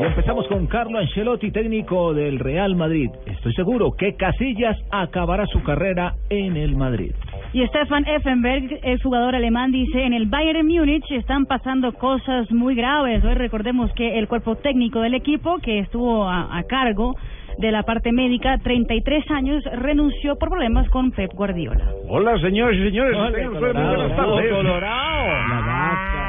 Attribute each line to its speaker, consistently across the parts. Speaker 1: Y empezamos con Carlo Ancelotti, técnico del Real Madrid. Estoy seguro que Casillas acabará su carrera en el Madrid.
Speaker 2: Y Stefan Effenberg, el jugador alemán, dice, en el Bayern Múnich están pasando cosas muy graves. Hoy recordemos que el cuerpo técnico del equipo, que estuvo a, a cargo de la parte médica, 33 años, renunció por problemas con Pep Guardiola.
Speaker 3: Hola, señores y señores.
Speaker 1: Hola,
Speaker 3: Tengan ustedes
Speaker 1: Colorado.
Speaker 3: muy buenas tardes.
Speaker 1: Colorado. La
Speaker 3: Ah,
Speaker 1: vaca.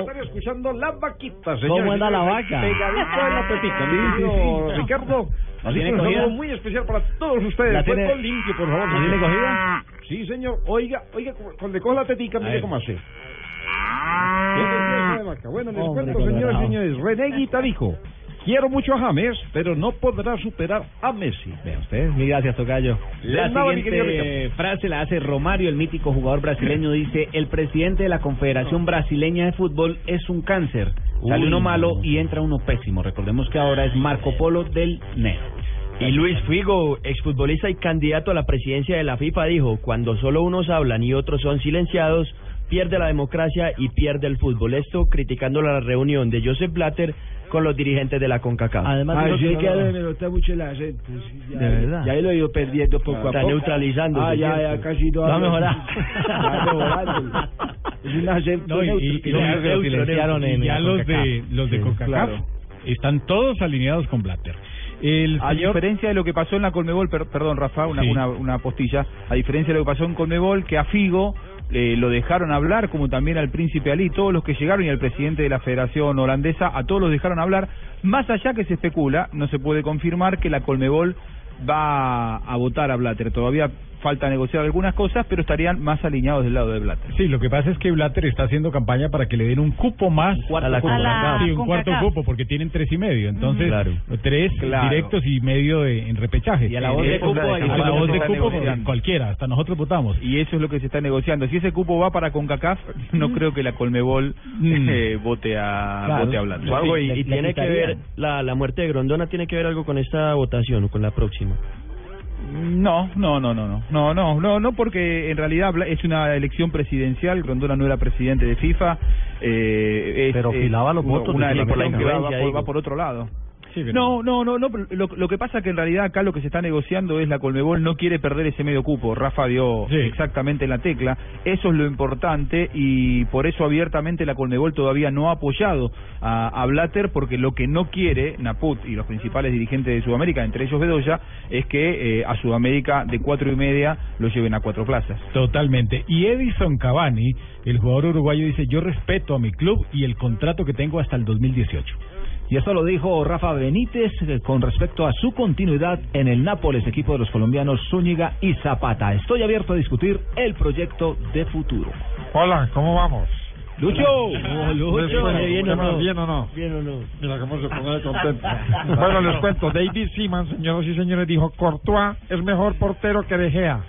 Speaker 3: Están escuchando la vaquita, señores.
Speaker 1: ¿Cómo anda la
Speaker 3: señores.
Speaker 1: vaca?
Speaker 3: Pegadita en la pepita.
Speaker 1: Sí, sí, sí.
Speaker 3: Querido Ricardo, así
Speaker 1: tiene
Speaker 3: que un
Speaker 1: cogida?
Speaker 3: saludo muy especial para todos ustedes.
Speaker 1: ¿La
Speaker 3: Fue
Speaker 1: tiene-
Speaker 3: con limpio, por favor.
Speaker 1: ¿La tiene cogida?
Speaker 3: Sí, señor. Oiga, oiga, cu- cuando le coge la tetica, mire
Speaker 1: ver. Ah.
Speaker 3: cómo hace. Qué belleza de vaca. Bueno, les
Speaker 1: Hombre,
Speaker 3: cuento, señores
Speaker 1: Colorado.
Speaker 3: y señores. René Guita dijo, quiero mucho a James, pero no podrá superar a Messi.
Speaker 1: Vean ustedes, mil gracias, Tocayo. La
Speaker 3: Andaba, mi querido
Speaker 1: siguiente frase la hace Romario, el mítico jugador brasileño. Dice: El presidente de la Confederación Brasileña de Fútbol es un cáncer. Sale
Speaker 3: Uy.
Speaker 1: uno malo y entra uno pésimo. Recordemos que ahora es Marco Polo del NET.
Speaker 4: Y Luis Figo, exfutbolista y candidato a la presidencia de la FIFA, dijo, cuando solo unos hablan y otros son silenciados, pierde la democracia y pierde el fútbol. Esto criticando la reunión de Joseph Blatter con los dirigentes de la CONCACAF.
Speaker 5: Ah,
Speaker 1: Además, dijo que no-
Speaker 3: nota mucho pues, el acento.
Speaker 1: ya- De verdad. ya
Speaker 3: lo he ido perdiendo poco
Speaker 4: Está neutralizando.
Speaker 3: Ah,
Speaker 4: es
Speaker 3: ya,
Speaker 4: cierto.
Speaker 3: ya, casi no
Speaker 4: Va a
Speaker 3: hablo.
Speaker 4: mejorar.
Speaker 3: Ya, mejorando. Es un acento
Speaker 5: No, y-
Speaker 3: neutro
Speaker 5: y-
Speaker 3: que
Speaker 5: y
Speaker 3: ya
Speaker 5: ya-
Speaker 3: se
Speaker 5: neutro,
Speaker 1: silenciaron
Speaker 5: neutro. Y
Speaker 1: en
Speaker 5: ya
Speaker 1: la
Speaker 5: los
Speaker 1: CONCACAF.
Speaker 5: de los de
Speaker 1: Sí,
Speaker 5: CONCACAF
Speaker 1: claro.
Speaker 5: están todos alineados con Blatter. El
Speaker 6: A
Speaker 5: señor-
Speaker 6: diferencia de lo que pasó en la Colmebol, per- perdón Rafa, una,
Speaker 5: Sí.
Speaker 6: una, una postilla, a diferencia de lo que pasó en Colmebol, que a Figo eh, lo dejaron hablar, como también al príncipe Ali, todos los que llegaron y al presidente de la Federación Holandesa, a todos los dejaron hablar, más allá que se especula, no se puede confirmar que la Colmebol va a votar a Blatter, todavía falta negociar algunas cosas, pero estarían más alineados del lado de Blatter.
Speaker 5: Sí, lo que pasa es que Blatter está haciendo campaña para que le den un cupo más
Speaker 1: cuarto
Speaker 5: a la
Speaker 1: cupo.
Speaker 2: A la
Speaker 5: Sí, un
Speaker 2: CONCACAF.
Speaker 5: cuarto cupo, porque tienen tres y medio. Entonces,
Speaker 4: Claro.
Speaker 5: tres
Speaker 6: Claro.
Speaker 5: directos y medio de, en repechaje.
Speaker 1: Y a la voz de
Speaker 5: Eso es
Speaker 1: cupo
Speaker 5: la-
Speaker 1: hay-
Speaker 5: a la voz de cupo, pues,
Speaker 6: negociando.
Speaker 5: cualquiera, hasta nosotros votamos.
Speaker 6: Y eso es lo que se está negociando. Si ese cupo va para CONCACAF, no creo que la Colmebol
Speaker 5: Mm.
Speaker 6: eh, vote, a,
Speaker 5: Claro.
Speaker 6: vote a Blatter.
Speaker 5: Juan,
Speaker 4: Juanjo,
Speaker 5: Sí,
Speaker 4: y,
Speaker 5: le-
Speaker 4: y
Speaker 5: le
Speaker 4: tiene que ver,
Speaker 5: quitarían.
Speaker 4: la, la muerte de Grondona tiene que ver algo con esta votación o con la próxima.
Speaker 6: No, no, no, no, no, no, no, no, no, porque en realidad habla- es una elección presidencial. Grondona no era presidente de FIFA. Eh, es,
Speaker 1: Pero
Speaker 6: eh,
Speaker 1: filaba los
Speaker 6: una-
Speaker 1: votos
Speaker 6: Una
Speaker 1: de que
Speaker 6: elección
Speaker 4: la
Speaker 6: que va, va
Speaker 4: influencia,
Speaker 6: por, va
Speaker 4: digo.
Speaker 6: por otro lado.
Speaker 5: Sí, pero-
Speaker 6: No, no, no, no. pero Lo, lo que pasa es que en realidad acá lo que se está negociando es la Colmebol no quiere perder ese medio cupo. Rafa dio
Speaker 5: Sí.
Speaker 6: exactamente en la tecla. Eso es lo importante y por eso abiertamente la Colmebol todavía no ha apoyado a, a Blatter porque lo que no quiere Naput y los principales dirigentes de Sudamérica, entre ellos Bedoya, es que eh, a Sudamérica de cuatro y media lo lleven a cuatro plazas.
Speaker 5: Totalmente. Y Edison Cavani, el jugador uruguayo, dice, yo respeto a mi club y el contrato que tengo hasta el 2018.
Speaker 1: Y esto lo dijo Rafa Benítez eh, con respecto a su continuidad en el Nápoles, equipo de los colombianos Zúñiga y Zapata. Estoy abierto a discutir el proyecto de futuro.
Speaker 7: Hola, ¿cómo vamos?
Speaker 1: Lucho,
Speaker 7: Les cuento,
Speaker 4: ¿bien o
Speaker 7: ¿cómo-
Speaker 4: no?
Speaker 7: ¿Bien o no?
Speaker 4: Bien o no.
Speaker 7: Mira cómo se pone de contento. bueno, les cuento. David Seaman, señoras y señores, dijo: Courtois es mejor portero que De Gea.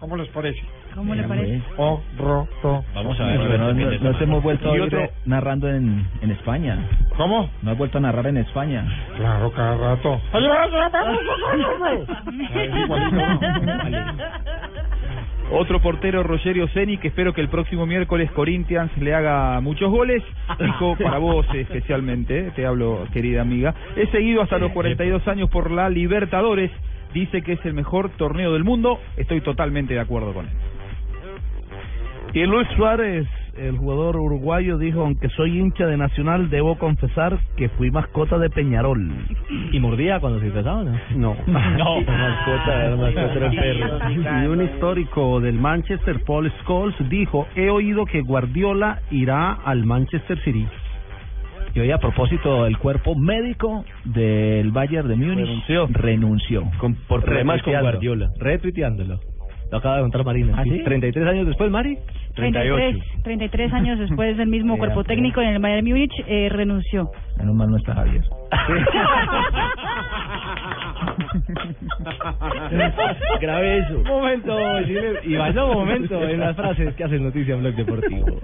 Speaker 7: ¿Cómo les parece?
Speaker 2: ¿Cómo le parece?
Speaker 7: Horroroso.
Speaker 5: Vamos
Speaker 1: no, no- no te hemos vuelto a
Speaker 6: Y
Speaker 1: oír
Speaker 6: otro-
Speaker 1: eh, narrando en, en España.
Speaker 7: ¿Cómo?
Speaker 1: No has vuelto a narrar en España.
Speaker 7: Claro, cada rato.
Speaker 6: Otro portero, Rogerio Zeni, que espero que el próximo miércoles Corinthians le haga muchos goles. Dijo para vos especialmente, ¿eh? te hablo querida amiga. He seguido hasta los 42 años por la Libertadores. Dice que es el mejor torneo del mundo. Estoy totalmente de acuerdo con él.
Speaker 8: Y Luis Suárez, el jugador uruguayo, dijo, aunque soy hincha de Nacional, debo confesar que fui mascota de Peñarol.
Speaker 4: ¿Y mordía cuando se casaba, no? No.
Speaker 5: No.
Speaker 4: mascota, era mascota, era un perro.
Speaker 8: Y un histórico del Manchester, Paul Scholes, dijo, he oído que Guardiola irá al Manchester City.
Speaker 1: Y hoy a propósito, el cuerpo médico del Bayern de Múnich renunció.
Speaker 4: Con- por problemas con
Speaker 1: Retuiteando.
Speaker 4: Guardiola.
Speaker 1: Retuiteándolo.
Speaker 6: Lo acaba de contar Marina.
Speaker 1: ¿Ah,
Speaker 6: Sí,
Speaker 1: sí?
Speaker 6: 33 años después, Mari.
Speaker 2: 33, 33 años después del mismo cuerpo técnico en el Bayern Múnich, eh, renunció.
Speaker 1: Menos mal no está Javier.
Speaker 6: Grave eso. Momento, y bailó momento en las frases que hacen Noticia Blog Deportivo.